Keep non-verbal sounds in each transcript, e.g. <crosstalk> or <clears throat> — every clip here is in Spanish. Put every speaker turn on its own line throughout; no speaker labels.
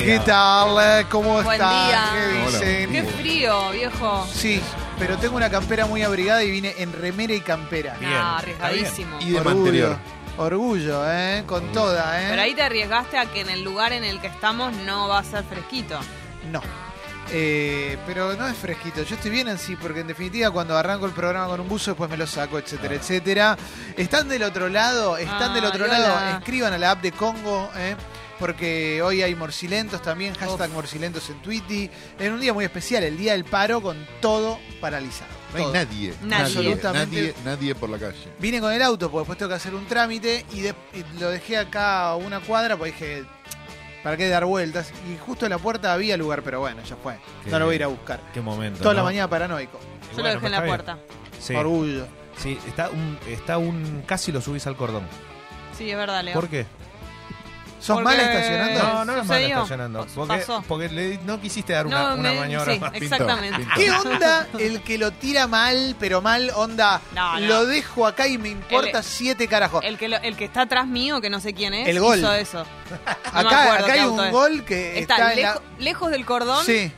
¿qué tal? ¿Cómo
Buen
están?
día.
¿Qué
Hola.
dicen?
Qué frío, viejo.
Sí, pero tengo una campera muy abrigada y vine en remera y campera.
No,
Bien, está
arriesgadísimo.
Y de manterior.
Orgullo, ¿eh? Con toda, ¿eh?
Pero ahí te arriesgaste a que en el lugar en el que estamos no va a ser fresquito.
No. Eh, pero no es fresquito. Yo estoy bien así, porque en definitiva, cuando arranco el programa con un buzo, después me lo saco,
Ah.
etcétera, etcétera. Están del otro lado, están
Ah,
del otro
y
lado.
hola.
Escriban a la app de Congo, ¿eh? porque hoy hay morcilentos también. Hashtag morcilentos en Twitty. En un día muy especial, el día del paro, con todo paralizado.
No hay
Todo.
nadie.
Nadie.
Absolutamente.
Nadie, nadie por la calle.
Vine con el auto, porque después tengo que hacer un trámite y, de- y lo dejé acá a una cuadra, porque dije, ¿para qué dar vueltas? Y justo en la puerta había lugar, pero bueno, ya fue. No
Qué-
lo voy a ir a buscar.
Qué momento.
Toda
¿no?
la mañana paranoico.
Y
Yo
bueno,
lo dejé en
está
la
bien.
puerta.
Sí,
Orgullo.
sí, está un, está un. Casi lo subís al cordón.
Sí, es verdad, Leo.
¿Por qué?
¿Sos
Porque-
mal estacionando?
No, no lo mal
Eh, ¿Sucedió?
estacionando.
Pas-
Porque,
pasó.
porque le- no quisiste dar una,
No,
una
me-
maniobra
sí,
más.
ex- Exactamente.
Pintó,
¿Qué
pintó.
onda el que lo tira mal, pero mal, onda?
No, no.
Lo dejo acá y me importa
El-
siete carajos.
El que, lo- el que está atrás mío, que no sé quién es,
El gol.
hizo eso.
acá
me acuerdo
acá
qué
hay
auto
un
es.
gol que
Está,
está, en la-
lejo- lejos del cordón,
Sí,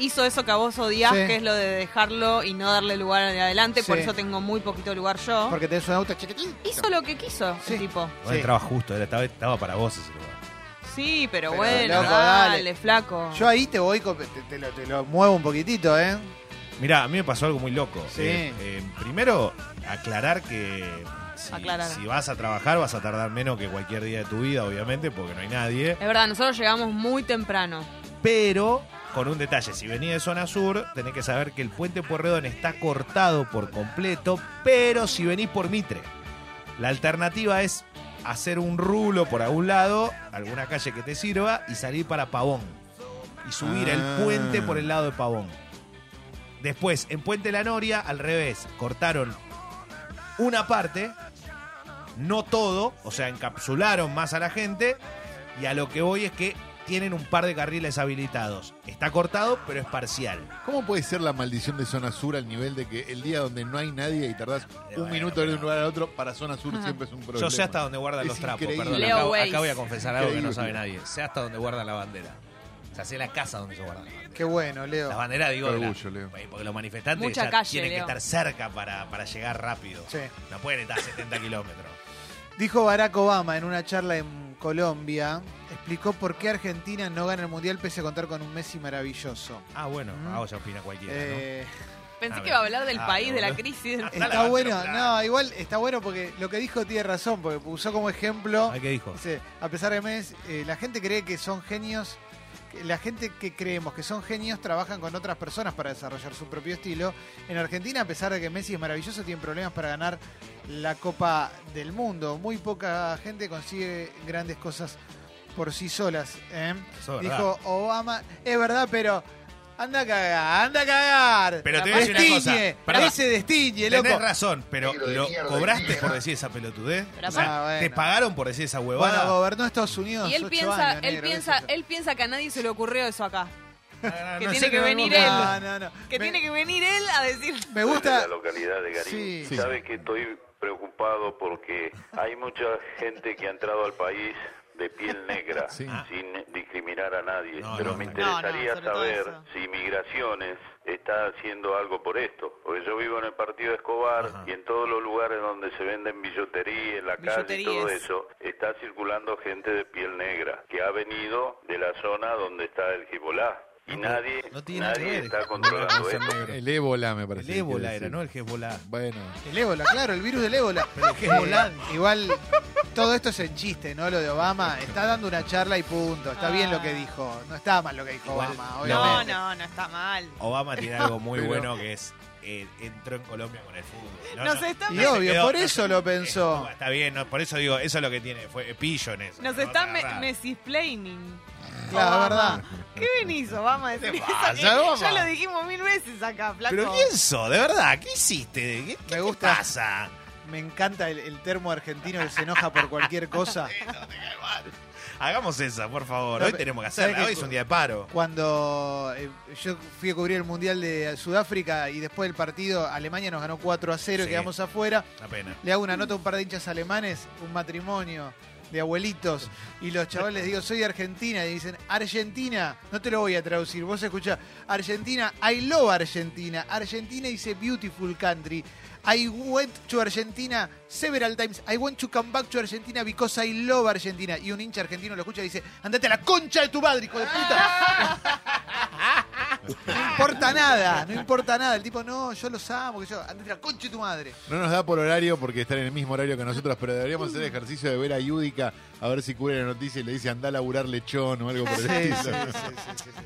hizo eso que a vos odiás,
Sí.
que es lo de dejarlo y no darle lugar al de adelante, por
Sí.
eso tengo muy poquito lugar yo.
porque tenés un auto chiquitín.
Hizo lo que quiso
Sí.
el tipo.
Vos entrabas justo, era- estaba, estaba para vos ese lugar.
Sí, pero,
Pero,
bueno,
loco,
dale,
dale.
flaco.
Yo ahí te voy, con- te, te lo, te lo muevo un poquitito, ¿eh?
Mirá, a mí me pasó algo muy loco.
Sí.
Eh, eh, primero, aclarar que. Si,
Aclarar.
si vas a trabajar, vas a tardar menos que cualquier día de tu vida, obviamente, porque no hay nadie.
Es verdad, nosotros llegamos muy temprano.
Pero con un detalle, si venís de zona sur, tenés que saber que el puente Pueyrredón está cortado por completo, pero si venís por Mitre, la alternativa es hacer un rulo por algún lado, alguna calle que te sirva, y salir para Pavón. Y subir
Ah.
el puente por el lado de Pavón. Después, en Puente La Noria, al revés, cortaron una parte, no todo, o sea, encapsularon más a la gente, y a lo que voy es que tienen un par de carriles habilitados. Está cortado, pero es parcial.
¿Cómo puede ser la maldición de Zona Sur al nivel de que el día donde no hay nadie y tardás
Bueno,
un minuto de ir de un
pero-
lugar al otro, para Zona Sur
Ajá.
siempre es un problema?
Yo sé hasta dónde guardan
Es
los trapos,
increíble.
perdón.
Leo
Acá,
Weiss.
acá voy a confesar algo que no
Increíble.
sabe nadie. Sé hasta dónde guardan la bandera. O sea, sé la casa donde se guardan la bandera.
Qué bueno, Leo.
La bandera, digo,
Qué
de la-
orgullo, Leo.
porque los manifestantes
Mucha
ya
calle,
tienen
Leo.
que estar cerca para, para llegar rápido.
Sí.
No pueden estar a 70 kilómetros.
Dijo Barack Obama en una charla en Colombia, explicó por qué Argentina no gana el Mundial pese a contar con un Messi maravilloso.
Ah, bueno,
Mm.
ahora ya opina cualquiera,
Eh,
Pensé
Ah,
que iba a hablar del
ah,
país, de la
boludo. <laughs>
crisis.
Ah, Dale,
Está
bandera,
bueno,
claro.
no, igual está bueno porque lo que dijo tiene razón, porque usó como ejemplo,
¿no? Ay, ¿Qué dijo?
dice, a pesar de mes, eh, la gente cree que son genios, que la gente que creemos que son genios trabajan con otras personas para desarrollar su propio estilo. En Argentina, a pesar de que Messi es maravilloso, tienen problemas para ganar la Copa del Mundo. Muy poca gente consigue grandes cosas por sí solas. ¿eh?
Eso es verdad.
Dijo Obama, es verdad, pero anda a cagar, anda a cagar.
Pero te voy a decir una cosa.
Destiñe,
Pará.
ese destiñe,
Tenés
loco.
razón, pero
Negro de
¿lo
mierda,
cobraste
mierda.
por decir esa pelotudez?
Pero
O sea,
Ah, bueno.
¿Te pagaron por decir esa huevada?
Bueno, gobernó Estados Unidos.
Y él
ocho
piensa,
años,
él
negro, qué
piensa,
sé yo.
él piensa que a nadie se le ocurrió eso acá.
Ah,
que
no
tiene
sé
que
qué
venir
me-
él.
No, no, no.
Que
Me-
tiene que venir él a decir.
Me
de
<laughs>
gusta.
la localidad de Garín.
Sí.
Sí.
Sabe que estoy preocupado porque hay mucha gente que ha entrado al país de piel negra,
Sí.
sin discriminar a nadie.
No,
Pero
no,
me
no.
interesaría
No, no, sobre todo
saber
eso.
si Migraciones está haciendo algo por esto. Porque yo vivo en el partido de Escobar
Ajá.
y en todos los lugares donde se venden billutería, en la calle y todo
Billuterías.
eso, está circulando gente de piel negra que ha venido de la zona donde está el Gibolá. Y
No,
nadie,
no tiene nada que
nadie
ver.
está controlando
Eso
esto.
negro.
El ébola, me parece.
El
que
ébola
quiere
era,
decir.
¿no? El Hezbollah.
Bueno.
El ébola, claro, el virus del ébola. Pero
que es volado.
Igual, todo esto es en chiste, ¿no? Lo de Obama. Está dando una charla y punto. Está bien lo que dijo. No está mal lo que dijo
Igual,
Obama,
no,
Ah. No,
obviamente.
no, no está mal.
Obama tiene algo muy
Pero-
bueno que es eh, entró en Colombia con el fútbol. No,
Nos
no,
está-
Y
no se
obvio,
quedó,
por
no se-
eso lo pensó.
Eh, Está bien, no, por eso digo, eso es lo que tiene, fue eh, pillo en eso.
Nos
¿no?
está
Otra
me-
rara.
mesisplaining.
Claro,
Obama.
verdad.
¿Qué venís, Obama? a decir eso?
pasa,
Eh,
Obama?
Ya lo dijimos mil veces acá, flaco.
Pero quién sos, de verdad, ¿qué hiciste? ¿Qué, qué
Me
te
gusta.
pasa?
Me encanta el, el termo argentino que se enoja por cualquier cosa.
Hagamos esa, por favor.
No,
Hoy
pero-
tenemos que
¿sabes
hacerla.
qué?
Hoy es un día de paro.
Cuando eh, yo fui a cubrir el Mundial de Sudáfrica y después del partido Alemania nos ganó 4 a 0 y
Sí.
quedamos afuera.
Una pena.
Le hago una nota a un par de hinchas alemanes, un matrimonio de abuelitos y los chavales digo, soy de Argentina y dicen, Argentina, no te lo voy a traducir, vos escuchás, Argentina, I love Argentina, Argentina is a beautiful country. I went to Argentina several times. I want to come back to Argentina because I love Argentina. Y un hincha argentino lo escucha y dice, andate a la concha de tu madre, hijo de puta. No importa nada, no importa nada. El tipo, no, yo los amo, que yo, andate a la concha de tu madre.
No nos da por horario porque están en el mismo horario que nosotros, pero deberíamos hacer ejercicio de ver a Yudica a ver si cubre la noticia y le dice andá a laburar lechón o algo por el
Sí, sí, sí,
estilo.
sí, sí, sí.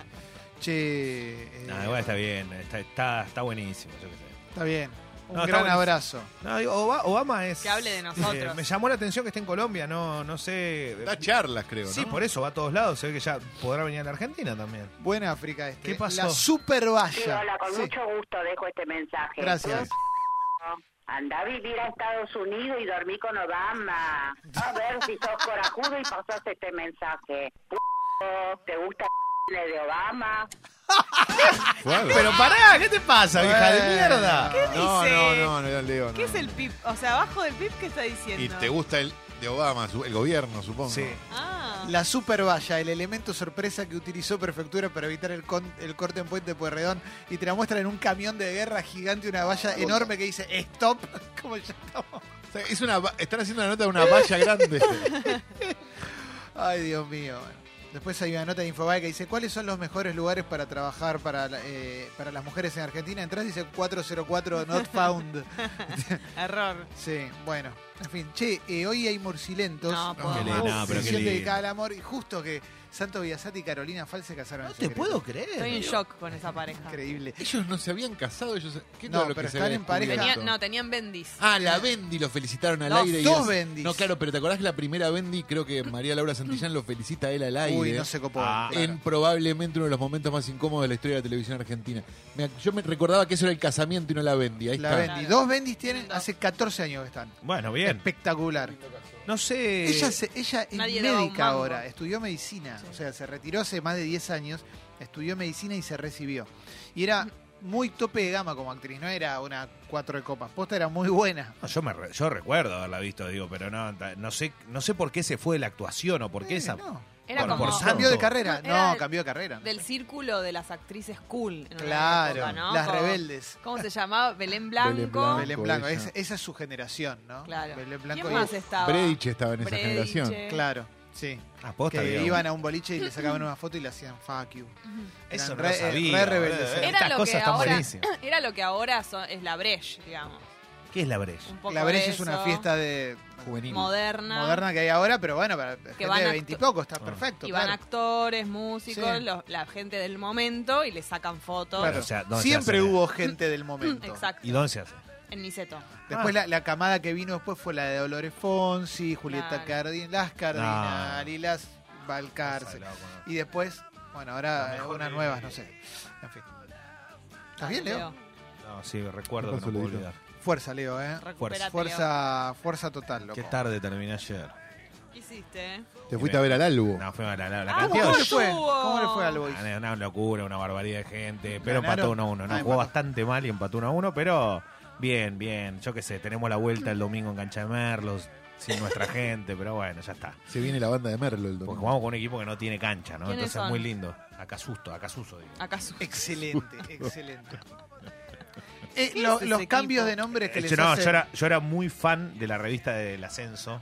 Che, eh,
No, igual Ah, está bien, está, está, está buenísimo, yo qué sé.
está bien. Un
No,
gran
está buenísimo.
abrazo.
No, digo, Oba- Obama es. eh,
Que hable de nosotros.
me llamó la atención que esté en Colombia, no, no sé.
Da charlas, creo, ¿no?
Sí, por eso va a todos lados. Se ve que ya podrá venir a la Argentina también.
Buena África este.
¿Qué pasó?
La super
Sí,
valla.
hola, con
Sí,
mucho gusto dejo este mensaje.
Gracias.
Anda a vivir a Estados Unidos y dormí con Obama. A ver si sos corajudo y pasás este mensaje. P- ¿Te gusta el de Obama?
Fue algo.
Pero pará, ¿qué te pasa, vieja de
Bueno.
mierda?
no,
dice?
no, no, no, Leo, no,
¿Qué es
no.
el PIB? O sea, abajo del PIB, ¿qué está diciendo?
Y te gusta el de Obama, su- el gobierno, supongo.
Sí.
Ah.
La super valla, el elemento sorpresa que utilizó Prefectura para evitar el, con- el corte en Puente Pueyrredón y te la muestran en un camión de guerra gigante, una
Ah,
valla enorme que dice stop, <laughs> como ya estamos.
O sea, es una, va- están haciendo la nota de una
<laughs>
valla grande.
Ay, Dios mío. Después hay una nota de Infobae que dice, ¿cuáles son los mejores lugares para trabajar para, la- eh, para las mujeres en Argentina? Entrás y dice 404
<laughs>
not found.
Error.
Sí, bueno. En fin, che, eh, hoy hay Murcilentos.
No,
Una
po. Qué
lindo, no, pero qué
sesión
lindo.
dedicada al amor. Y justo que Santo Villasati y Carolina False se casaron.
No
en
te
secreto.
puedo creer.
Estoy en shock con esa pareja.
Increíble.
ellos no se habían casado, ellos. ¿Qué
No,
todo lo
pero
que se
están
había
en pareja.
descubierto?
Tenían- no, tenían Bendis.
Ah, la Bendy lo felicitaron al
Dos,
aire. y
dos
es-
Bendis.
No, claro, pero ¿te acordás que la primera Bendy, creo que María Laura Santillán lo felicita a él al aire?
Uy, no se copó.
Ah,
claro.
En probablemente uno de los momentos más incómodos de la historia de la televisión argentina. Me ac- yo me recordaba que eso era el casamiento y no la Bendy. Ahí
La
está.
Bendy. Dos Bendis tienen hace 14 años que están.
Bueno, bien.
Espectacular.
No sé.
Ella, se- ella es
Nadie daba un
médica
mango.
ahora, estudió medicina, o sea, se retiró hace más de 10 años, estudió medicina y se recibió. Y era
Mm.
muy tope de gama como actriz, no era una cuatro de copas, posta era muy buena.
No, yo, me re- yo recuerdo haberla visto, digo, pero no, ta- no sé, no sé por qué se fue de la actuación o por qué
Eh,
esa.
no.
Era
Bueno,
como
por santo.
Cambió de carrera,
No, era
no,
del-
cambió de carrera.
del círculo de las actrices cool. en una
Claro,
época, ¿no?
las
Como-
rebeldes.
¿Cómo se llamaba? Belén Blanco.
Belén Blanco.
Belén Blanco,
ella.
es- esa es su generación, ¿no?
Claro.
Belén Blanco
¿Quién
y-
más estaba?
Bredich estaba en esa
Bredich,
generación.
eh.
Claro, sí.
Aposta,
que
ah, digo.
iban a un boliche y le sacaban una foto y le hacían fuck you.
Eso
Eran
no
re-
lo
eh,
sabía.
re rebeldes,
boludo.
eh.
Era
Estas
lo,
cosas
que
están
ahora,
buenísimas.
<clears throat> era lo que ahora son- es la Breche, digamos.
¿Qué es la brecha?
Un poco
La
de
Breche es una
eso.
fiesta de
Juvenil.
moderna.
moderna que hay ahora, pero bueno, para gente
van
de
actu-
veintipocos
Ah.
está perfecto.
Y van
claro.
actores, músicos,
Sí.
los- la gente del momento y le sacan fotos.
Claro.
O sea, ¿dónde se
Siempre
hace?
hubo gente del momento.
<laughs> Exacto.
¿Y dónde se hace?
En Niceto.
Después
Ah.
la, la camada que vino después fue la de Dolores Fonsi, Julieta
Claro.
Cardin, las Cardinal
No.
y las Valcárcel. Y después, bueno, ahora eh, unas nuevas, no sé. En fin. ¿Estás bien, Leo?
No, sí, recuerdo que
Nunca
no
se lo
puedo
digo.
olvidar.
Fuerza, Leo, ¿eh?
Recuperate, Leo.
Fuerza, fuerza total, loco.
Qué tarde terminé ayer.
¿Qué hiciste? eh?
Te fuiste a ver al Albo.
No, fue la, la, la
Ah,
¿Cómo,
cantidad.
cómo
Dios.
le fue?
Estuvo.
¿Cómo le fue al Boys?
Una, una locura, una barbaridad de gente. Pero
¿Ganaron?
empató 1 a 1. No,
Ah,
jugó
empató.
bastante mal y empató 1 a 1, pero bien, bien. Yo qué sé, tenemos la vuelta el domingo en Cancha de Merlos, sin nuestra gente, pero bueno, ya está.
Se viene la banda de Merlo el
Porque
domingo.
jugamos con un equipo que no tiene cancha, ¿no?
¿Quiénes
Entonces
son?
es muy lindo. Acá susto, acá suso, digo.
<laughs>
¿Acaso?
Excelente,
<laughs>
excelente. Eh,
¿Qué
lo-
es ese
los cambios
equipo?
de nombres que
Eh,
les
yo, no,
hacen-
yo era, yo era muy fan de la revista del ascenso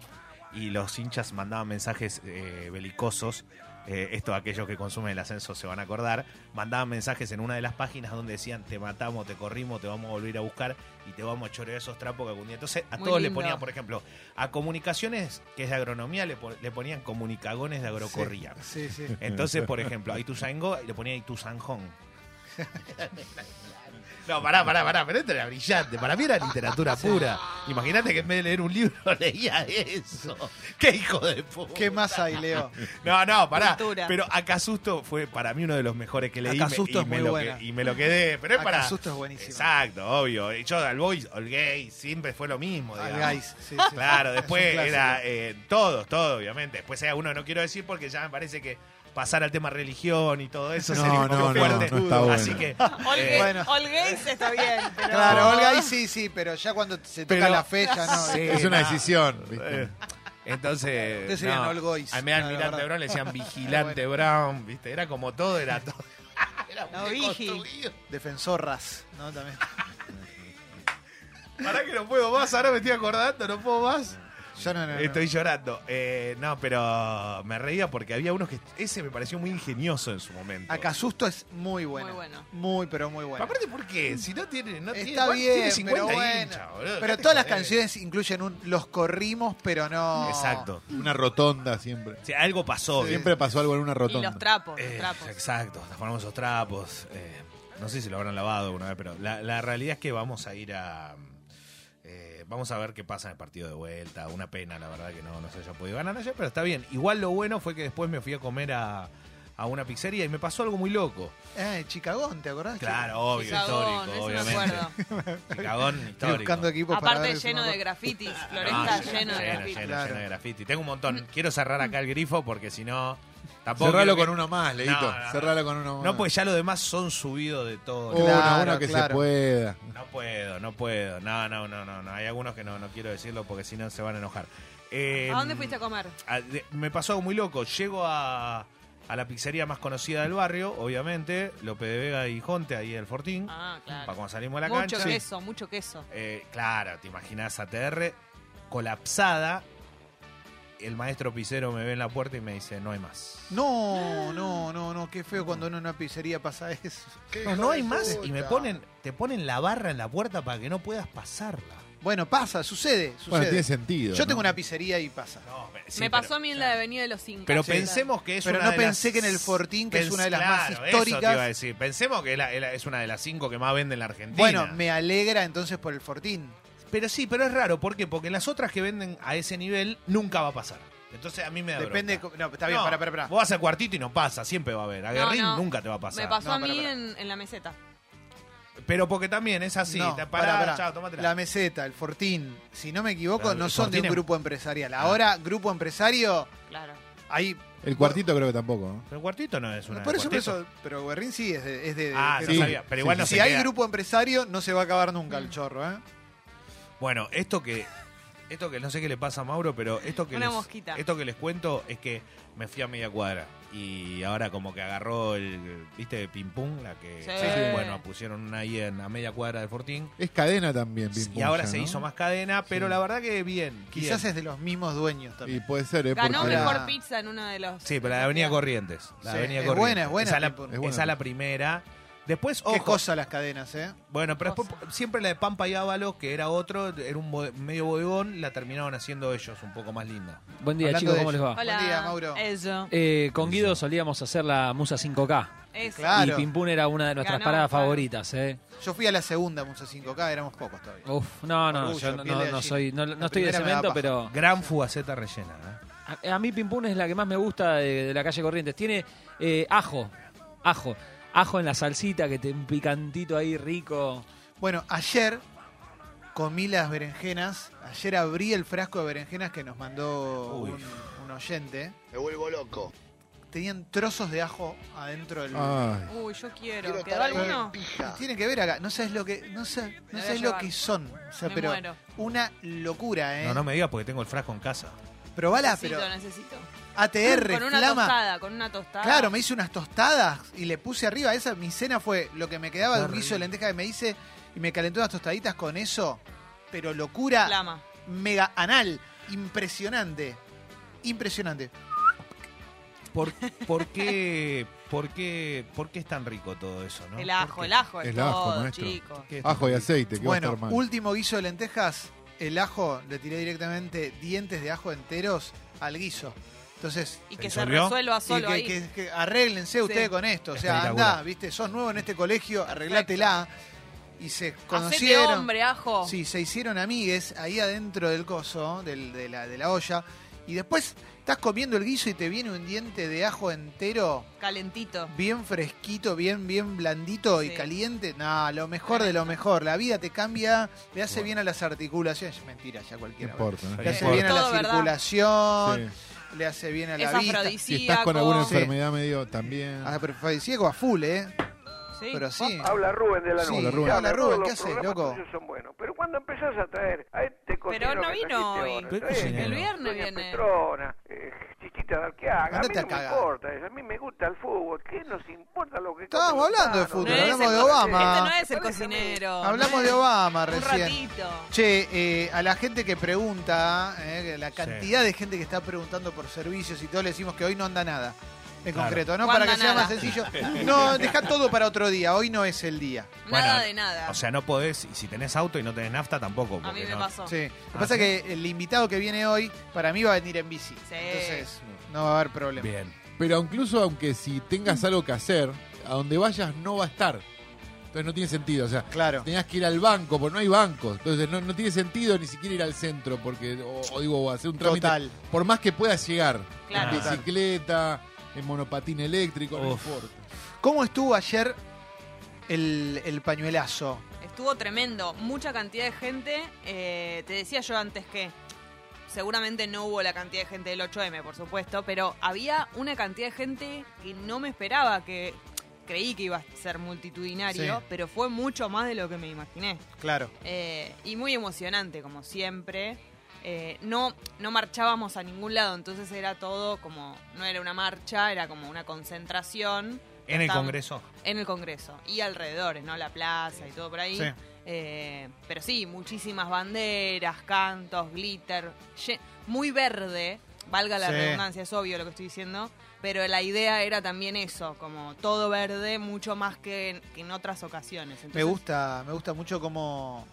y los hinchas mandaban mensajes eh, belicosos. Eh, esto, aquellos que consumen el ascenso se van a acordar. Mandaban mensajes en una de las páginas donde decían: Te matamos, te corrimos, te vamos a volver a buscar y te vamos a chorear esos trapos que algún día. Entonces, a
Muy
todos le
lindo.
ponían, por ejemplo, a comunicaciones, que es de agronomía, le, po- le ponían comunicagones de agrocorría.
Sí,
<laughs>
sí.
Entonces, por ejemplo, a Ituzaingó le ponía Ituzanjón. <laughs> No, pará, pará, pará, pero esto era brillante. Para mí era literatura pura. Imagínate que en vez de leer un libro <laughs> leía eso. ¡Qué hijo de puta!
¿Qué más hay, Leo?
No, no, pará.
Cultura.
Pero Acasusto fue para mí uno de los mejores que leí. me-
Acasusto
y
es
me
muy
lo
buena.
que- y me lo quedé. Pero es para.
Acasusto es buenísimo.
Exacto, obvio. Y Yo al Boys, All Gay, siempre fue lo mismo.
Al
digamos.
Guys, sí, sí.
<laughs> Claro,
Es
después
un clásico.
era eh, todos, todo, obviamente. Después hay uno no quiero decir porque ya me parece que pasar al tema religión y todo eso
No,
sería un
no,
poco
no,
fuerte.
no está
Así
bueno. <laughs>
que
All,
eh,
gays,
bueno.
all gays está bien. pero-
Claro, Olga ahí sí, sí, pero ya cuando se toca
Pero-
la fe ya no.
Sí.
Es una decisión. ¿viste?
eh, Entonces.
Ustedes serían all boys.
A mí al
No, la
Almirante
verdad.
Brown le
<laughs>
decían Vigilante Brown, ¿viste? Era como todo, era todo. era
No,
muy
Vigi.
construido.
Defensorras, ¿no? También.
Pará que no puedo más, ahora me <laughs> estoy acordando, no puedo más.
Yo no, no, no.
Estoy llorando. Eh, no, pero me reía porque había unos que. Ese me pareció muy ingenioso en su momento.
Acasusto es muy bueno.
Muy bueno.
Muy, pero muy bueno.
Aparte, ¿por qué? Si no tiene. No tiene,
Está
¿cuál
bien,
tiene 50
pero bueno.
hinchas, boludo?
pero
Dejate
todas las
joder.
canciones incluyen un los corrimos, pero no.
Exacto.
Una rotonda siempre.
O sea, algo pasó. ¿viste?
Siempre pasó algo en una
Y
rotonda.
los trapos, los
Eh,
trapos.
Exacto, los famosos trapos. eh, no sé si lo habrán lavado alguna vez, pero la, la realidad es que vamos a ir a. eh, vamos a ver qué pasa en el partido de vuelta. Una pena, la verdad, que no, no se haya podido ganar ayer, pero está bien. Igual lo bueno fue que después me fui a comer a, a una pizzería y me pasó algo
<laughs>
muy loco.
Eh, Chicagón, ¿te acordás?
Claro, obvio,
Chicagón,
histórico,
ese me
obviamente.
acuerdo.
Chicagón,
Estoy
histórico.
buscando equipos para
Aparte
ver si me
lleno de
acuerdo.
grafitis,
No,
Floresta lleno de
Ah, lleno,
grafitis.
lleno,
Claro.
lleno de graffiti. Tengo un montón. Quiero cerrar acá el grifo porque si no. Tampoco
Cerralo
quiero que-
con uno más, Leito.
No, no,
Cerralo con uno más. Oh.
No, pues ya lo demás son subidos de todo.
Uno,
Claro,
uno que se
claro.
pueda.
No puedo, no puedo. No, no, no, no, no. Hay algunos que no, no quiero decirlo porque si no se van a enojar. Eh,
¿A dónde fuiste a comer?
a- de- me pasó algo muy loco. Llego a, a la pizzería más conocida del barrio, obviamente, Lope de Vega y Jonte, ahí del Fortín.
Ah,
Para
claro.
cuando salimos a la
Mucho
cancha.
queso, mucho queso.
Eh, claro, te imaginas ATR colapsada. El maestro pizzero me ve en la puerta y me dice, no hay más.
No, no, no, no, qué feo cuando uno en una pizzería pasa eso.
No, no hay más. Y me ponen, te ponen la barra en la puerta para que no puedas pasarla.
Bueno, pasa, sucede, sucede.
Bueno, tiene sentido.
Yo tengo
¿no?
una pizzería y pasa.
No, sí,
me
pero-
pasó a mí en la Avenida de los Incas.
Pero
Sí.
pensemos que es
Pero
una
no
de
pensé
las-
que en el Fortín, que es una de las más
claro, Eso te
históricas.
iba a decir. Pensemos que es la- es la- es una de las cinco que más vende en la Argentina.
Bueno, me alegra entonces por el Fortín.
Pero sí, pero es raro. ¿Por qué? Porque las otras que venden a ese nivel nunca va a pasar. Entonces a mí me da
Depende.
bronca.
co- No, está bien,
No,
para, para, para.
Vos vas al cuartito y no pasa, siempre va a haber. A Guerrín
no.
nunca te va a pasar.
Me pasó
No,
a
pará,
mí
pará.
en, en la meseta.
Pero porque también es así.
No,
te
pará,
pará,
pará.
chao, tómatela.
La meseta, el Fortín, si no me equivoco,
Claro,
no
el
son de
Fortín
un
es- Ah.
grupo empresarial. Ahora, grupo empresario,
Claro.
ahí.
El cuartito creo que tampoco. ¿no?
Pero el cuartito no es una.
por
de
eso, por
cuartito.
eso, pero Guerrín sí es de. es de-
Ah,
de-
no
sí.
sabía. Pero igual
Sí,
no
Si
se Mm.
hay
queda.
grupo empresario, no se va a acabar nunca el chorro, ¿eh?
Bueno, esto que. Esto que no sé qué le pasa a Mauro, pero esto que,
Una
les,
mosquita.
esto que les cuento es que me fui a media cuadra y ahora como que agarró el, viste, Pim Pum, la que,
Sí.
bueno, pusieron una ahí en a media cuadra de Fortín.
Es cadena también, Pim
Y
Pum
ahora
ya,
se
¿no?
hizo más cadena, pero
Sí.
la verdad que bien.
Quizás
bien.
es de los mismos dueños
Y
también.
puede ser, ¿eh?
Ganó
Porque
ahora-
mejor pizza en uno de los.
Sí, pero la Avenida Corrientes. La
Sí,
Avenida
es
Corrientes.
buena, es buena,
Esa, la,
Pim Pum.
Es buena.
esa la primera. Después,
Qué
ojo,
cosa las cadenas, ¿eh?
Bueno, pero después, siempre la de Pampa y Ábalos, que era otro, era un bo- medio bodegón, la terminaron haciendo ellos un poco más linda.
Ah,
Buen día,
Hablando
chicos,
de
¿cómo les
ello.
va?
Hola.
Buen día, Mauro.
Eso.
Eh, con Guido solíamos hacer la Musa 5K.
eso.
claro.
Y Pimpún era una de nuestras
Ganó,
paradas
claro.
favoritas. Eh.
Yo fui a la segunda Musa 5K, éramos pocos todavía.
Uf, no, no,
Orgullo,
yo no,
piel de
no- no
gallina.
soy, no, no
La
estoy de
primera me da
cemento,
paja.
pero
Gran fugaceta rellena. ¿eh?
a, a mí Pimpún es la que más me gusta de, de la calle Corrientes. Tiene eh, ajo, ajo, ajo en la salsita, que te un picantito ahí rico.
Bueno, ayer comí las berenjenas. Ayer abrí el frasco de berenjenas que nos mandó
Uy.
un, un oyente.
Me vuelvo loco.
Tenían trozos de ajo adentro del.
Ah.
Ay,
Uy, yo quiero.
Quiero
¿Quedó
estar ahí en
alguno?
pija.
Tiene que ver acá, no sabes lo que, no sabes, no
voy a
sabes lo
llevar.
que son. O sea,
Me
pero
muero.
una locura, eh.
No, no me digas porque tengo el frasco en casa.
Probala,
Necesito,
pero
necesito.
ATR,
con una
flama.
tostada, con una tostada.
Claro, me hice unas tostadas y le puse arriba. Esa mi cena fue lo que me quedaba de un
Está
guiso de
rico.
lenteja que me hice y me calentó unas tostaditas con eso. Pero locura
Flama.
mega anal, impresionante. Impresionante.
¿Por,
<laughs>
por qué, por, qué, ¿Por qué es tan rico todo eso? ¿no?
El ajo,
¿Por qué?
el ajo, es
El ajo,
todo,
maestro.
chicos.
¿Por qué es tan
ajo y
rico?
aceite, que va a
Bueno,
estar mal.
último guiso de lentejas, el ajo, le tiré directamente dientes de ajo enteros al guiso. Entonces,
Y
¿Se
que se
disolvió?
resuelva
Y
solo
que,
ahí.
que- que arréglense ustedes con esto. O sea,
Espectacular.
andá, viste, sos nuevo en este colegio, arreglátela. Y se
Hacete
conocieron.
hombre, ajo.
Sí, se hicieron amigues ahí adentro del coso, del- de, la, de la olla. Y después estás comiendo el guiso y te viene un diente de ajo entero,
Calentito.
bien fresquito, bien, bien blandito y
Sí.
caliente. No, lo mejor de lo mejor. La vida te cambia, le hace bien a las articulaciones. Mentira, ya
No
cualquiera.
importa. ¿no?
Le hace
Todo
bien a la
verdad.
circulación,
Sí.
le hace bien a
Es
la vista.
afrodisíaco.
Si estás con alguna
Sí.
enfermedad medio también.
Ah, pero afrodisíaco a full, ¿eh?
Sí.
Pero sí.
Habla Rubén de la
Sí,
nube.
habla Rubén, ¿qué haces,
todos los
loco?
programas tuyos son buenos. Pero cuando empezás a traer a este
Pero
cocino
no
que
vino
trajiste
hoy.
vos,
Pero
¿no sabés?
cocinero.
El viernes
Doña
viene.
Petrona, eh, Chichita de Arqueaga. A mí
Andate a
no me
cagar.
importa eso. A mí me gusta el fútbol. ¿Qué nos importa lo que
Estábamos
comen los
hablando de
panos?
fútbol,
No es
hablamos
el
de
co-
Obama.
Este no es el
Parece a mí.
cocinero.
Hablamos
no
de
es-
Obama
Un
recién.
ratito.
Che, eh, a la gente que pregunta, eh, la cantidad de gente que está preguntando por servicios y todo, le decimos que hoy no anda nada. En
Claro.
concreto, ¿no?
No
Para que
anda
sea más
nada.
<laughs>
sencillo. No, deja todo para otro día. Hoy no es el día.
Nada
Bueno,
de nada.
O sea, no podés, y si tenés auto y no tenés nafta tampoco.
a mí
porque
me
no-
pasó.
Sí. Lo que
Ah,
pasa
¿sí?
es que el invitado que viene hoy, para mí va a venir en bici.
Sí.
Entonces, no va a haber problema.
Bien.
Pero incluso aunque si tengas algo que hacer, a donde vayas no va a estar. Entonces no tiene sentido. O sea,
Claro.
tenías que ir al banco, porque no hay bancos. Entonces no, no tiene sentido ni siquiera ir al centro, porque, o, o digo, o hacer un trámite.
Total.
Por más que puedas llegar.
Claro.
En bicicleta, en monopatín eléctrico, no
Uf.
importa.
¿Cómo estuvo ayer el, el pañuelazo?
Estuvo tremendo, mucha cantidad de gente. Eh, te decía yo antes que seguramente no hubo la cantidad de gente del 8M, por supuesto, pero había una cantidad de gente que no me esperaba, que creí que iba a ser multitudinario,
Sí.
pero fue mucho más de lo que me imaginé.
Claro.
Eh, y muy emocionante, como siempre. Eh, no, no marchábamos a ningún lado, entonces era todo como, no era una marcha, era como una concentración.
En el
Estábamos-
Congreso.
en el Congreso y alrededores, ¿no? La plaza y todo por ahí.
Sí.
Eh, pero sí, muchísimas banderas, cantos, glitter, lle- muy verde, valga la
Sí.
redundancia, es obvio lo que estoy diciendo, pero la idea era también eso, como todo verde, mucho más que en, que en otras ocasiones.
Me
Entonces,
gusta, me gusta mucho cómo,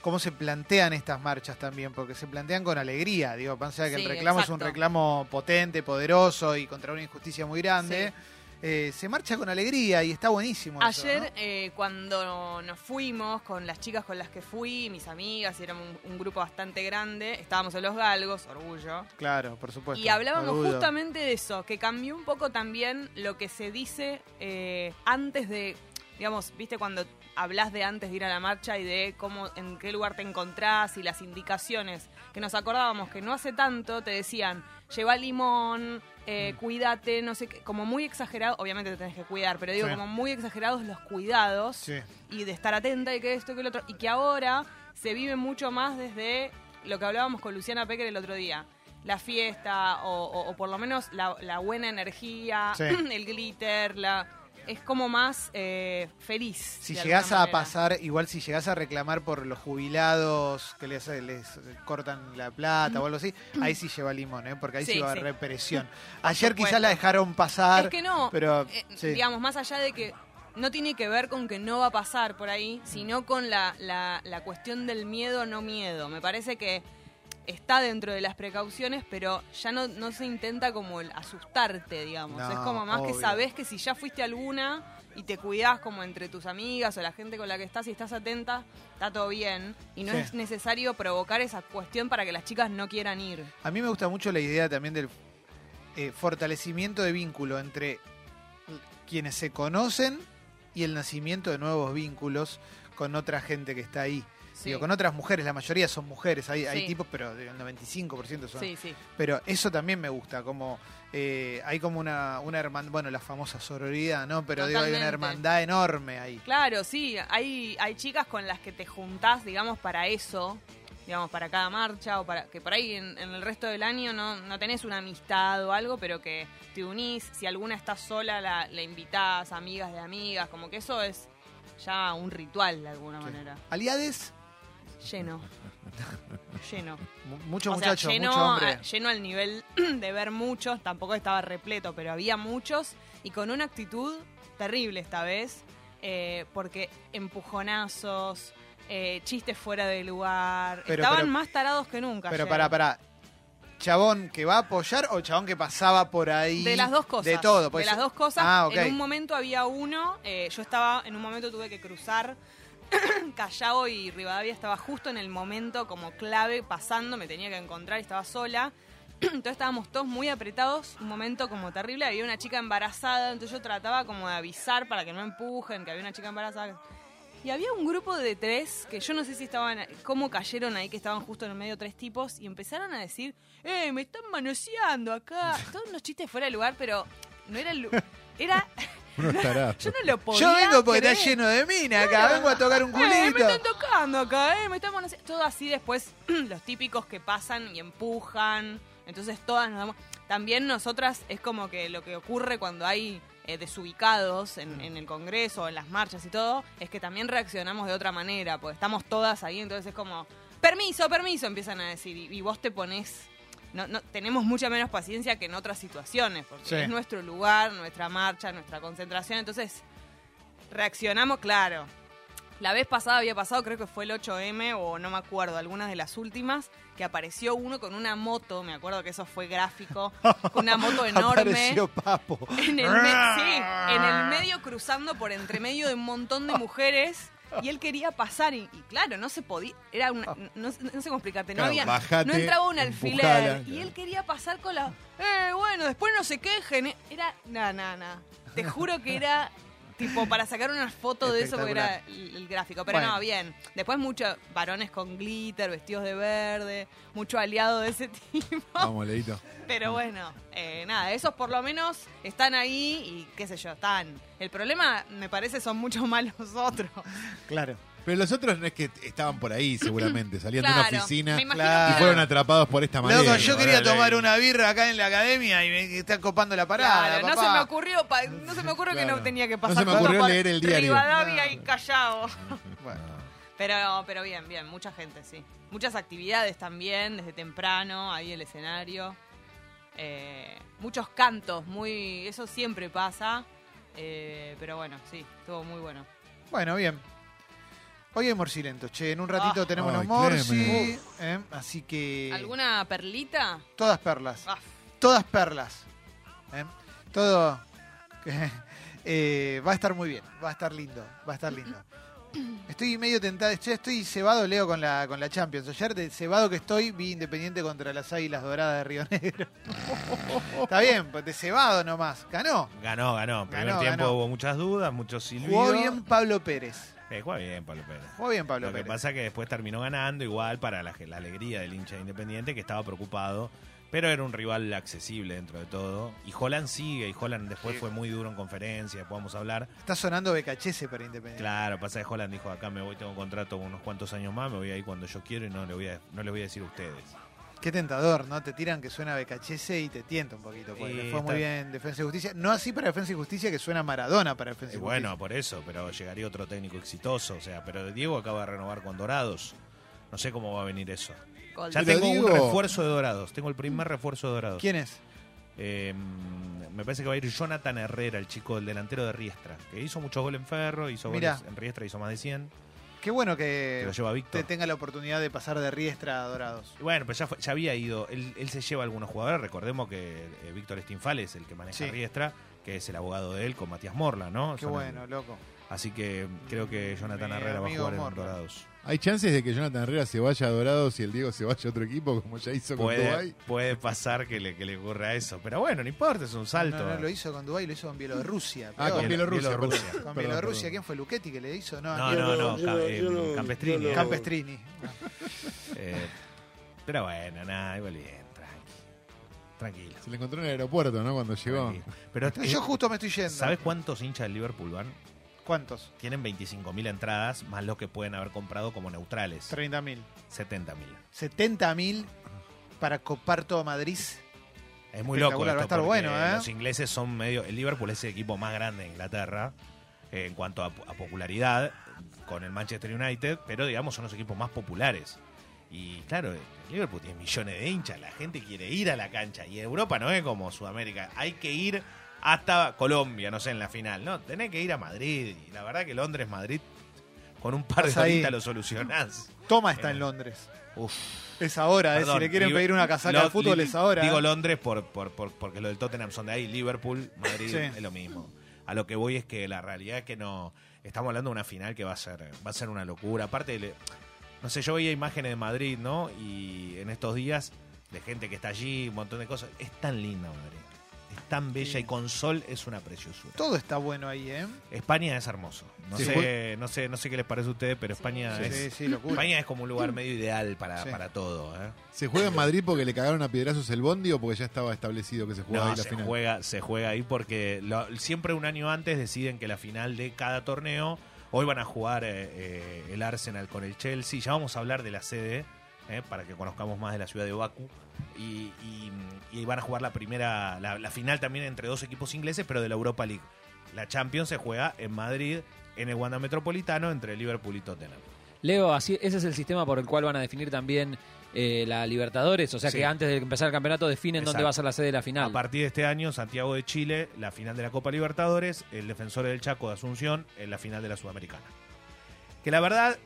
cómo se plantean estas marchas también, porque se plantean con alegría, digo, pensá que el
Sí,
reclamo es un
exacto.
reclamo potente, poderoso y contra una injusticia muy grande. Eh, se marcha con alegría y está buenísimo. eso,
Ayer,
¿no?
eh, cuando nos fuimos con las chicas con las que fui, mis amigas, y éramos un, un grupo bastante grande, estábamos en Los Galgos, orgullo,
Claro, por supuesto.
Y hablábamos
Orgullo.
justamente de eso, que cambió un poco también lo que se dice eh, antes de, digamos, viste cuando hablas de antes de ir a la marcha y de cómo, en qué lugar te encontrás y las indicaciones, que nos acordábamos que no hace tanto te decían, lleva limón, eh,
Mm.
cuídate, no sé qué, como muy exagerado, obviamente te tenés que cuidar, pero digo,
Sí.
como muy exagerados los cuidados
Sí.
y de estar atenta y que esto y que el otro. Y que ahora se vive mucho más desde lo que hablábamos con Luciana Pecker el otro día. La fiesta, o, o- o por lo menos la, la buena energía,
Sí.
<clears throat> el glitter, la. Es como más eh, feliz.
Si
de
llegás
alguna
a
manera.
pasar, igual si llegás a reclamar por los jubilados que les, les cortan la plata o algo así, ahí sí lleva limón, ¿eh? porque ahí sí,
Sí,
va a
sí.
haber represión. Ayer
supuesto.
quizás la dejaron pasar.
Es que no,
pero
eh,
sí.
digamos, más allá de que no tiene que ver con que no va a pasar por ahí, sino con la, la- la cuestión del miedo no miedo. Me parece que está dentro de las precauciones, pero ya no, no se intenta como el asustarte, digamos.
No,
es como más
obvio.
que sabés que si ya fuiste a alguna y te cuidás como entre tus amigas o la gente con la que estás y estás atenta, está todo bien. Y no
Sí.
es necesario provocar esa cuestión para que las chicas no quieran ir.
A mí me gusta mucho la idea también del eh, fortalecimiento de vínculo entre l- quienes se conocen y el nacimiento de nuevos vínculos con otra gente que está ahí.
Sí,
Digo, con otras mujeres, la mayoría son mujeres, hay, hay
Sí.
tipos, pero digo, el 95% son.
sí, sí.
Pero eso también me gusta, como eh, hay como una, una hermandad, bueno, la famosa sororidad, ¿no? Pero digo, hay una
Totalmente.
hermandad enorme ahí.
Claro, sí, hay, hay chicas con las que te juntás, digamos, para eso, digamos, para cada marcha, o para que por ahí en, en el resto del año no, no tenés una amistad o algo, pero que te unís, si alguna está sola la, la invitás, amigas de amigas, como que eso es ya un ritual de alguna manera.
Aliades,
Lleno. Lleno.
mu- mucho
O sea,
muchacho,
lleno,
mucho hombre.
a- lleno al nivel <clears throat> de ver muchos, tampoco estaba repleto, pero había muchos y con una actitud terrible esta vez, eh, porque empujonazos, eh, chistes fuera de lugar,
Pero-
estaban
pero-
más tarados que nunca.
Pero
ayer.
pará, pará. ¿Chabón que va a apoyar o chabón que pasaba por ahí?
De las dos cosas.
De todo. pues.
de las dos cosas.
Ah, ok.
En un momento había uno, eh, yo estaba, en un momento tuve que cruzar <clears throat> Callao y Rivadavia, estaba justo en el momento como clave, pasando, me tenía que encontrar, estaba sola. <clears throat> Entonces estábamos todos muy apretados, un momento como terrible, había una chica embarazada, entonces yo trataba como de avisar para que no empujen, que había una chica embarazada. Y había un grupo de tres que yo no sé si estaban, cómo cayeron ahí, que estaban justo en el medio tres tipos y empezaron a decir, ¡eh, <laughs> me están manoseando acá! Todos unos chistes fuera de lugar, pero no era el lu- Era
Uno estará.
Yo no lo podía
Yo vengo porque
creer.
está lleno de mina acá, vengo a
<laughs>
tocar un
Eh, me
culito.
están tocando acá, eh, me están manoseando. Todo así después, <clears throat> los típicos que pasan y empujan. Entonces todas nos damos... También nosotras es como que lo que ocurre cuando hay eh, desubicados
Mm.
en, en el Congreso, en las marchas y todo, es que también reaccionamos de otra manera, porque estamos todas ahí, entonces es como, permiso, permiso, empiezan a decir. Y, y vos te pones... No, no- tenemos mucha menos paciencia que en otras situaciones, porque
Sí.
es nuestro lugar, nuestra marcha, nuestra concentración, entonces reaccionamos, claro. La vez pasada había pasado, creo que fue el 8M o no me acuerdo, algunas de las últimas, que apareció uno con una moto, me acuerdo que eso
<laughs>
fue gráfico, con una moto enorme.
Apareció Papo.
En el, me- sí, en el medio cruzando por entre medio de un montón de mujeres. Y él quería pasar y, y claro, no se podía, era una- no, no sé cómo explicarte, no,
Claro,
había,
bajate,
no entraba un alfiler
empujala,
y
claro.
él quería pasar con la, eh, bueno, después no se quejen, eh". era, na, na, na, te juro que era tipo para sacar una foto de eso porque era el, el gráfico, pero
Bueno.
no, bien, después muchos varones con glitter, vestidos de verde, mucho aliado de ese <laughs> tipo.
Vamos, Leito.
Pero bueno, eh, nada, esos por lo menos están ahí y qué sé yo, están. El problema, me parece, son mucho más los otros.
Claro.
Pero los otros no es que estaban por ahí, seguramente. Salían de una oficina
me imagino
claro.
y
que-
fueron atrapados por esta manera.
Loco, yo quería
Ahora,
tomar
Leila.
una birra acá en la academia y me está copando la parada.
Claro, no se
papá.
me ocurrió, pa- no se me ocurrió que no
Claro.
tenía que
No
pasar
se me
todo
ocurrió
por
leer el diario.
Rivadavia y Callao.
Bueno,
Pero, pero bien, bien, mucha gente, sí. Muchas actividades también, desde temprano, ahí el escenario. Eh, muchos cantos, muy. Eso siempre pasa. Eh, pero bueno, sí, estuvo muy bueno.
Bueno, bien. Hoy hay morcilentos, che. En un ratito
Ah.
tenemos
Ay,
los morci.
Clemen.
¿eh? Así que.
¿Alguna perlita?
Todas perlas.
Ah.
Todas perlas. ¿eh? Todo. <laughs> eh, va a estar muy bien. Va a estar lindo. Va a estar lindo. Estoy medio tentado. Estoy, estoy cebado, Leo, con la, con la Champions. Ayer, de cebado que estoy, vi Independiente contra las Águilas Doradas de Río Negro. Está bien, pues, de cebado nomás. Ganó.
Ganó, ganó. En primer
Ganó,
tiempo
ganó.
hubo muchas dudas, muchos
Jugó
silbidos.
bien Pablo Pérez.
Eh, jugó bien, Pablo Pérez.
Jugó bien Pablo
Lo que
Pérez.
pasa es que después terminó ganando, igual para la, la alegría del hincha de independiente que estaba preocupado, pero era un rival accesible dentro de todo. Y Holland sigue, y Holland después fue muy duro en conferencia, después vamos a hablar.
Está sonando Becachese para Independiente.
Claro, pasa que Holland dijo, acá me voy, tengo contrato unos cuantos años más, me voy a ir cuando yo quiero y no le voy a, no le voy a decir a ustedes.
Qué tentador, ¿no? Te tiran que suena Becachese y te tienta un poquito. Porque
Y
le fue
está-
muy bien Defensa y Justicia. No así para Defensa y Justicia, que suena Maradona para Defensa
Y
y
bueno, por eso, pero llegaría otro técnico exitoso, o sea, pero Diego acaba de renovar con Dorados. No sé cómo va a venir eso.
Gol.
Ya
Pero
tengo un
digo-
refuerzo de Dorados, tengo el primer refuerzo de Dorados.
Justicia. Mm. ¿Quién es?
Eh, me parece que va a ir Jonathan Herrera, el chico, el delantero de Riestra, que hizo muchos goles en Ferro, hizo
Mirá.
goles en Riestra, hizo más de 100,
Qué bueno
que
que
lo lleva
te
Víctor.
tenga la oportunidad de pasar de Riestra a Dorados.
Y Bueno, pues ya, fue- ya había ido, él, él se lleva a algunos jugadores, recordemos que eh, Víctor Stinfal es el que maneja
Sí.
Riestra, que es el abogado de él con Matías Morla, ¿no?
Qué
Son el-
bueno, loco.
así que creo que Jonathan
Mi
Herrera va a
amigo
jugar en
Morla.
Dorados.
¿Hay chances de que Jonathan Herrera se vaya a Dorados y el Diego se vaya a otro equipo, como ya hizo con
Puede,
Dubái?
puede pasar que le, que le ocurra eso, pero bueno, no importa, es un salto.
No, no, lo hizo con Dubái, lo hizo con Bielorrusia.
Ah, con
peor.
Bielorrusia.
Bielorrusia.
perdón.
Con
Perdón,
Bielorrusia.
perdón.
¿Quién fue? ¿Luchetti que le hizo? No,
No,
Biel-
no,
no,
no,
yo
Ca-
no-
eh,
yo no-
Campestrini.
yo no-
Campestrini.
Campestrini.
Eh, pero bueno, nada, igual bien, tranqui. Tranquilo.
Se le encontró en el aeropuerto, ¿no? Cuando llegó.
tranquilo. Pero eh,
Yo justo me estoy yendo.
¿sabes cuántos hinchas del Liverpool van?
¿Cuántos?
Tienen 25.000 entradas, más los que pueden haber comprado como neutrales.
30.000.
70.000.
70.000 para copar todo Madrid.
Es muy loco.
Espectacular, va a
esto
estar
porque
bueno, ¿eh?
Los ingleses son medio. El Liverpool es el equipo más grande de Inglaterra eh, en cuanto a, a popularidad con el Manchester United, pero digamos son los equipos más populares. Y claro, el Liverpool tiene millones de hinchas, la gente quiere ir a la cancha. Y Europa no es como Sudamérica, hay que ir hasta Colombia, no sé, en la final. No, tenés que ir a Madrid. Y la verdad que Londres, Madrid, con un par de
Vas ahí.
horitas lo solucionás.
Toma está
Eh.
en Londres.
Uf.
Es ahora, eh. si
Perdón,
le quieren
digo-
pedir una casaca de
Lo-
fútbol
li-
es ahora.
Digo
eh.
Londres por, por, por- porque lo del Tottenham son de ahí, Liverpool, Madrid
Sí.
es lo mismo. A lo que voy es que la realidad es que no. Estamos hablando de una final que va a ser, va a ser una locura. Aparte, le- no sé, yo veía imágenes de Madrid, ¿no? Y en estos días, de gente que está allí, un montón de cosas. Es tan linda Madrid. es tan bella y con sol es una preciosura.
Todo está bueno ahí, ¿eh?
España es hermoso. No,
Sí.
sé, no, sé, no sé qué les parece a ustedes, pero España
Sí,
es.
sí, locura.
España es como un lugar medio ideal para,
Sí.
para todo. ¿eh?
¿Se juega en Madrid porque le cagaron a piedrazos el bondi o porque ya estaba establecido que se jugaba
No,
ahí la
se
final?
juega, se juega ahí porque lo- siempre un año antes deciden que la final de cada torneo. Hoy van a jugar eh, eh, el Arsenal con el Chelsea. Ya vamos a hablar de la sede eh, para que conozcamos más de la ciudad de Bakú. Y, y- y van a jugar la primera, la, la final también entre dos equipos ingleses, pero de la Europa League. La Champions se juega en Madrid, en el Wanda Metropolitano, entre Liverpool y Tottenham.
Leo, así, ese es el sistema por el cual van a definir también eh, la Libertadores. O sea
Sí.
que antes de empezar el campeonato definen
Exacto.
dónde va a ser la sede de la final.
A partir de este año, Santiago de Chile, la final de la Copa Libertadores, el defensor del Chaco de Asunción, en la final de la Sudamericana. Que la verdad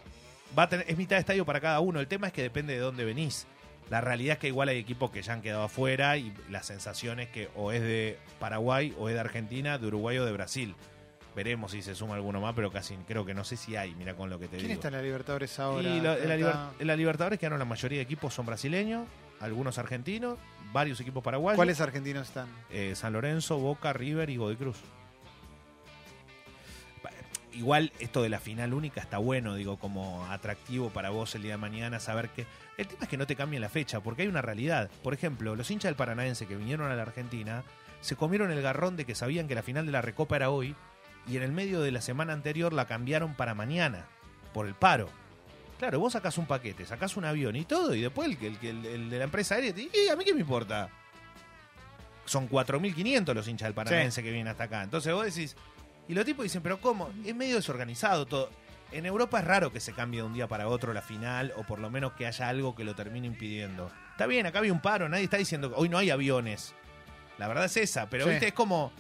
va a tener, es mitad de estadio para cada uno. El tema es que depende de dónde venís. La realidad es que igual hay equipos que ya han quedado afuera y la sensación es que o es de Paraguay, o es de Argentina, de Uruguay o de Brasil. Veremos si se suma alguno más, pero casi creo que no sé si hay. Mira con lo que te
¿Quién
digo.
está en la Libertadores ahora?
Y la- en, la, liber-
Está-
en la Libertadores quedaron la mayoría de equipos son brasileños, algunos argentinos, varios equipos paraguayos.
¿Cuáles argentinos están?
Eh, San Lorenzo, Boca, River y Godoy Cruz. Pa- Igual esto de la final única está bueno, digo, como atractivo para vos el día de mañana saber que... El tema es que no te cambien la fecha, porque hay una realidad. Por ejemplo, los hinchas del Paranaense que vinieron a la Argentina se comieron el garrón de que sabían que la final de la Recopa era hoy y en el medio de la semana anterior la cambiaron para mañana, por el paro. Claro, vos sacás un paquete, sacás un avión y todo, y después el, que- el que- el- el de la empresa aérea te dice, "Y, ¿a mí qué me importa? Son 4.500 los hinchas del Paranaense que vienen hasta acá. Entonces vos decís, y los tipos dicen, pero ¿cómo? Es medio desorganizado todo. En Europa es raro que se cambie de un día para otro la final, o por lo menos que haya algo que lo termine impidiendo. Está bien, acá había un paro, nadie está diciendo que hoy no hay aviones. La verdad es esa, pero
Sí.
viste, es como...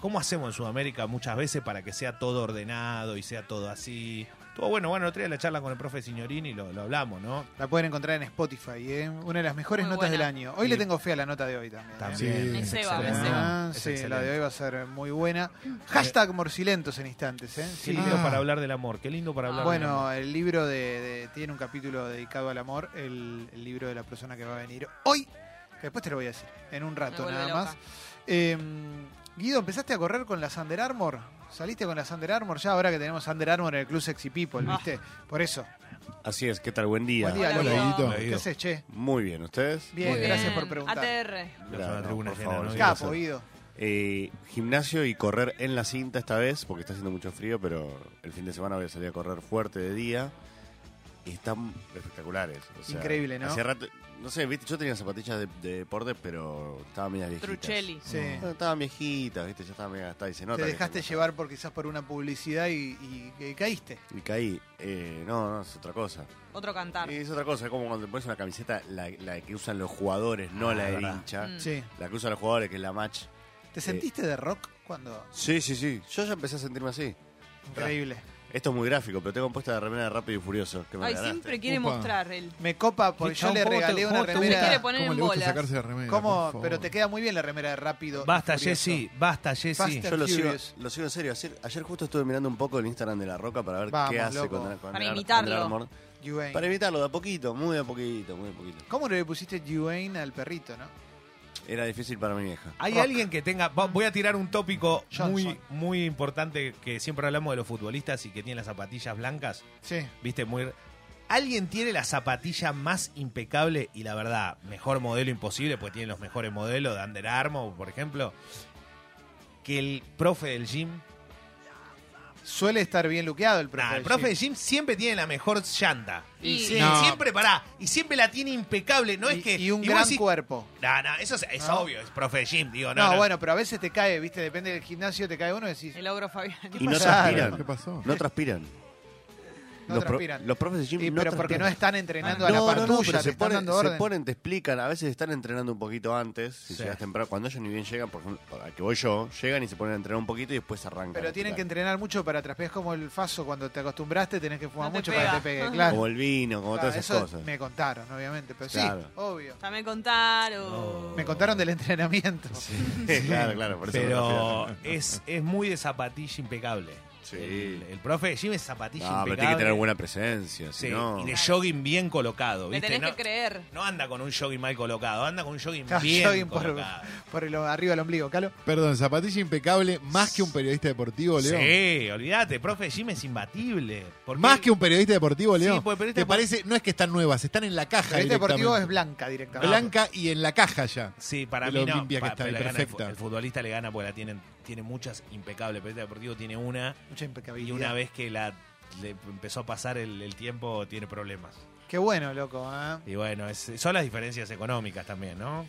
¿Cómo hacemos en Sudamérica muchas veces para que sea todo ordenado y sea todo así? Estuvo bueno, bueno, el otro día la charla con el profe Signorini y lo, lo hablamos, ¿no?
La pueden encontrar en Spotify, ¿eh? Una de las mejores
Muy
notas
buena.
del año. Hoy le
Y-
tengo fe a la nota de hoy también. ¿eh?
También.
Sí.
es
Me ceba, me
excelente.
Ah,
Es
sí, la de
excelente.
hoy va a ser muy buena. Hashtag Morcilentos en instantes, ¿eh?
Qué
Sí.
lindo
Ah.
para hablar del amor, qué lindo para hablar del amor.
Ah, Bueno, el libro de, de- tiene un capítulo dedicado al amor, el, el libro de la persona que va a venir hoy, que después te lo voy a decir, en un rato
vuelve
nada
loca.
más. Eh, Guido, ¿empezaste a correr con la Under Armour? ¿Saliste con la Under Armour ya ahora que tenemos Under Armour en el Club Sexy People,
Ah.
viste? Por eso.
Así es, ¿qué tal? Buen día.
Buen día,
Hola,
Guido.
Guido.
Hola,
¿Qué
Guido.
haces, che?
Muy bien, ¿ustedes?
Bien,
Muy
gracias
bien.
por preguntar.
ATR.
Los de la
no,
tribuna
por
llena,
favor,
¿no?
quiero
Capo,
hacer-
Guido.
Eh, gimnasio y correr en la cinta esta vez, porque está haciendo mucho frío, pero el fin de semana voy a salir a correr fuerte de día. Y están espectaculares. o sea,
Increíble, ¿no?
Hace rato, no sé, viste, yo tenía zapatillas de, de deporte, pero estaban medias viejitas.
Truchelli.
Sí.
No, estaban viejitas, viste, ya estaban medio gastadas. y se nota
Te
que
dejaste
están
llevar por quizás por una publicidad y, y- y caíste.
gastadas. Y caí. Eh, no, no, es otra cosa.
Otro cantar.
Y es otra cosa, es como cuando te pones una camiseta, la, la que usan los jugadores, no la de
verdad.
hincha.
Mm.
Sí.
La que usan los jugadores, que es la match.
¿Te sentiste de rock cuando?
Sí, sí, sí. Yo ya empecé a sentirme así.
Increíble.
Esto es muy gráfico, pero tengo puesta de remera de Rápido y Furioso. Que me
Ay,
regalaste.
siempre quiere
Upa.
mostrar el.
Me copa porque
Sí,
yo
chabón,
le
¿cómo te-
regalé una
cómo te
Se
remera.
quiere poner
¿Cómo
en
le gusta
bolas.
sacarse la remera? por
¿Cómo?
favor?
Pero te queda muy bien la remera de rápido.
Basta,
y Furioso.
Jessy, basta, Jessy.
Basta.
Yo lo sigo,
Furious.
lo sigo en serio. Ayer, ayer justo estuve mirando un poco el Instagram de La Roca para ver
Vamos,
qué hace
loco.
con, con
Para
Under-
imitarlo.
Under Armour.
You ain't.
Para imitarlo, de a poquito, muy de a poquito, muy de a poquito.
¿Cómo le pusiste Duane al perrito, no?
Era difícil para mi vieja.
Hay
Rock.
alguien que tenga. va- Voy a tirar un tópico
Johnson.
muy, muy importante que siempre hablamos de los futbolistas y que tienen las zapatillas blancas.
Sí.
Viste, muy. ¿Alguien tiene la zapatilla más impecable y la verdad, mejor modelo imposible? Porque tienen los mejores modelos de Under Armour, por ejemplo. Que el profe del gym.
Suele estar bien luqueado el profe.
Nah, el
del
profe del
gym.
gym siempre tiene la mejor llanta.
Y-
Sí,
No.
siempre pará. Y siempre la tiene impecable. No
Y-
es que.
y un
vos
gran
decís,
cuerpo.
No, no, eso es, es
No.
obvio, es profe de gym, digo, no.
No,
no.
bueno, pero a veces te cae, viste, depende del gimnasio, te cae uno y decís,
El ogro Fabián.
Y no
pasó?
transpiran.
¿Qué pasó?
No transpiran.
no
los, pro-
transpiran.
los profes de gym
Y-
no
pero porque
transpiran. Ah,
no están entrenando a
No,
la
no,
par
no,
tuya,
pero
te
se,
están
ponen,
dando
se
orden.
ponen, te explican, a veces están entrenando un poquito antes, si
Sí.
llegas temprano, cuando ellos ni bien llegan, por ejemplo, a que voy yo, llegan y se ponen a entrenar un poquito y después arrancan.
pero tienen que entrenar mucho para atrás. Es como el faso, cuando te acostumbraste tenés que fumar
No te
mucho
pega.
para que te pegue,
entrenar.
claro.
Como el vino, como
Claro,
todas esas
Ah, eso
cosas. <laughs>
me contaron, obviamente, pero sí,
Claro.
obvio.
Ya me contaron.
Me contaron del entrenamiento.
claro, claro, por eso me refiero.
Pero es, es muy de zapatilla impecable.
Sí.
El, el profe Jimmy es zapatilla
Ah, pero
impecable.
tiene que tener buena presencia,
Sí,
si no.
y de jogging bien colocado,
Le
¿viste?
tenés
no,
que creer.
no anda con un jogging mal colocado, anda con un jogging
Está
Ah,
bien
Ah, jogging por,
colocado.
por el, arriba del ombligo, Calo.
Perdón, zapatilla impecable, más que un periodista deportivo, León.
Sí, olvídate, profe Jimmy es imbatible. Porque
Más
él-
que un periodista deportivo,
Sí,
León.
porque el periodista
¿Te parece? No es que están nuevas, están en la caja.
Este deportivo es
directamente.
blanca directamente.
Blanca y en la caja ya.
Sí, para
de
mí no.
lo limpia que
pa-
está,
pero
y
le gana el
perfecta.
fu- el, futbolista le gana porque la tienen, tiene muchas impecables. Pero este deportivo tiene una
Mucha
y
impecabilidad.
una vez que la le empezó a pasar el, el tiempo tiene problemas.
Qué bueno, loco. ¿eh?
Y bueno, es- son las diferencias económicas también, ¿no?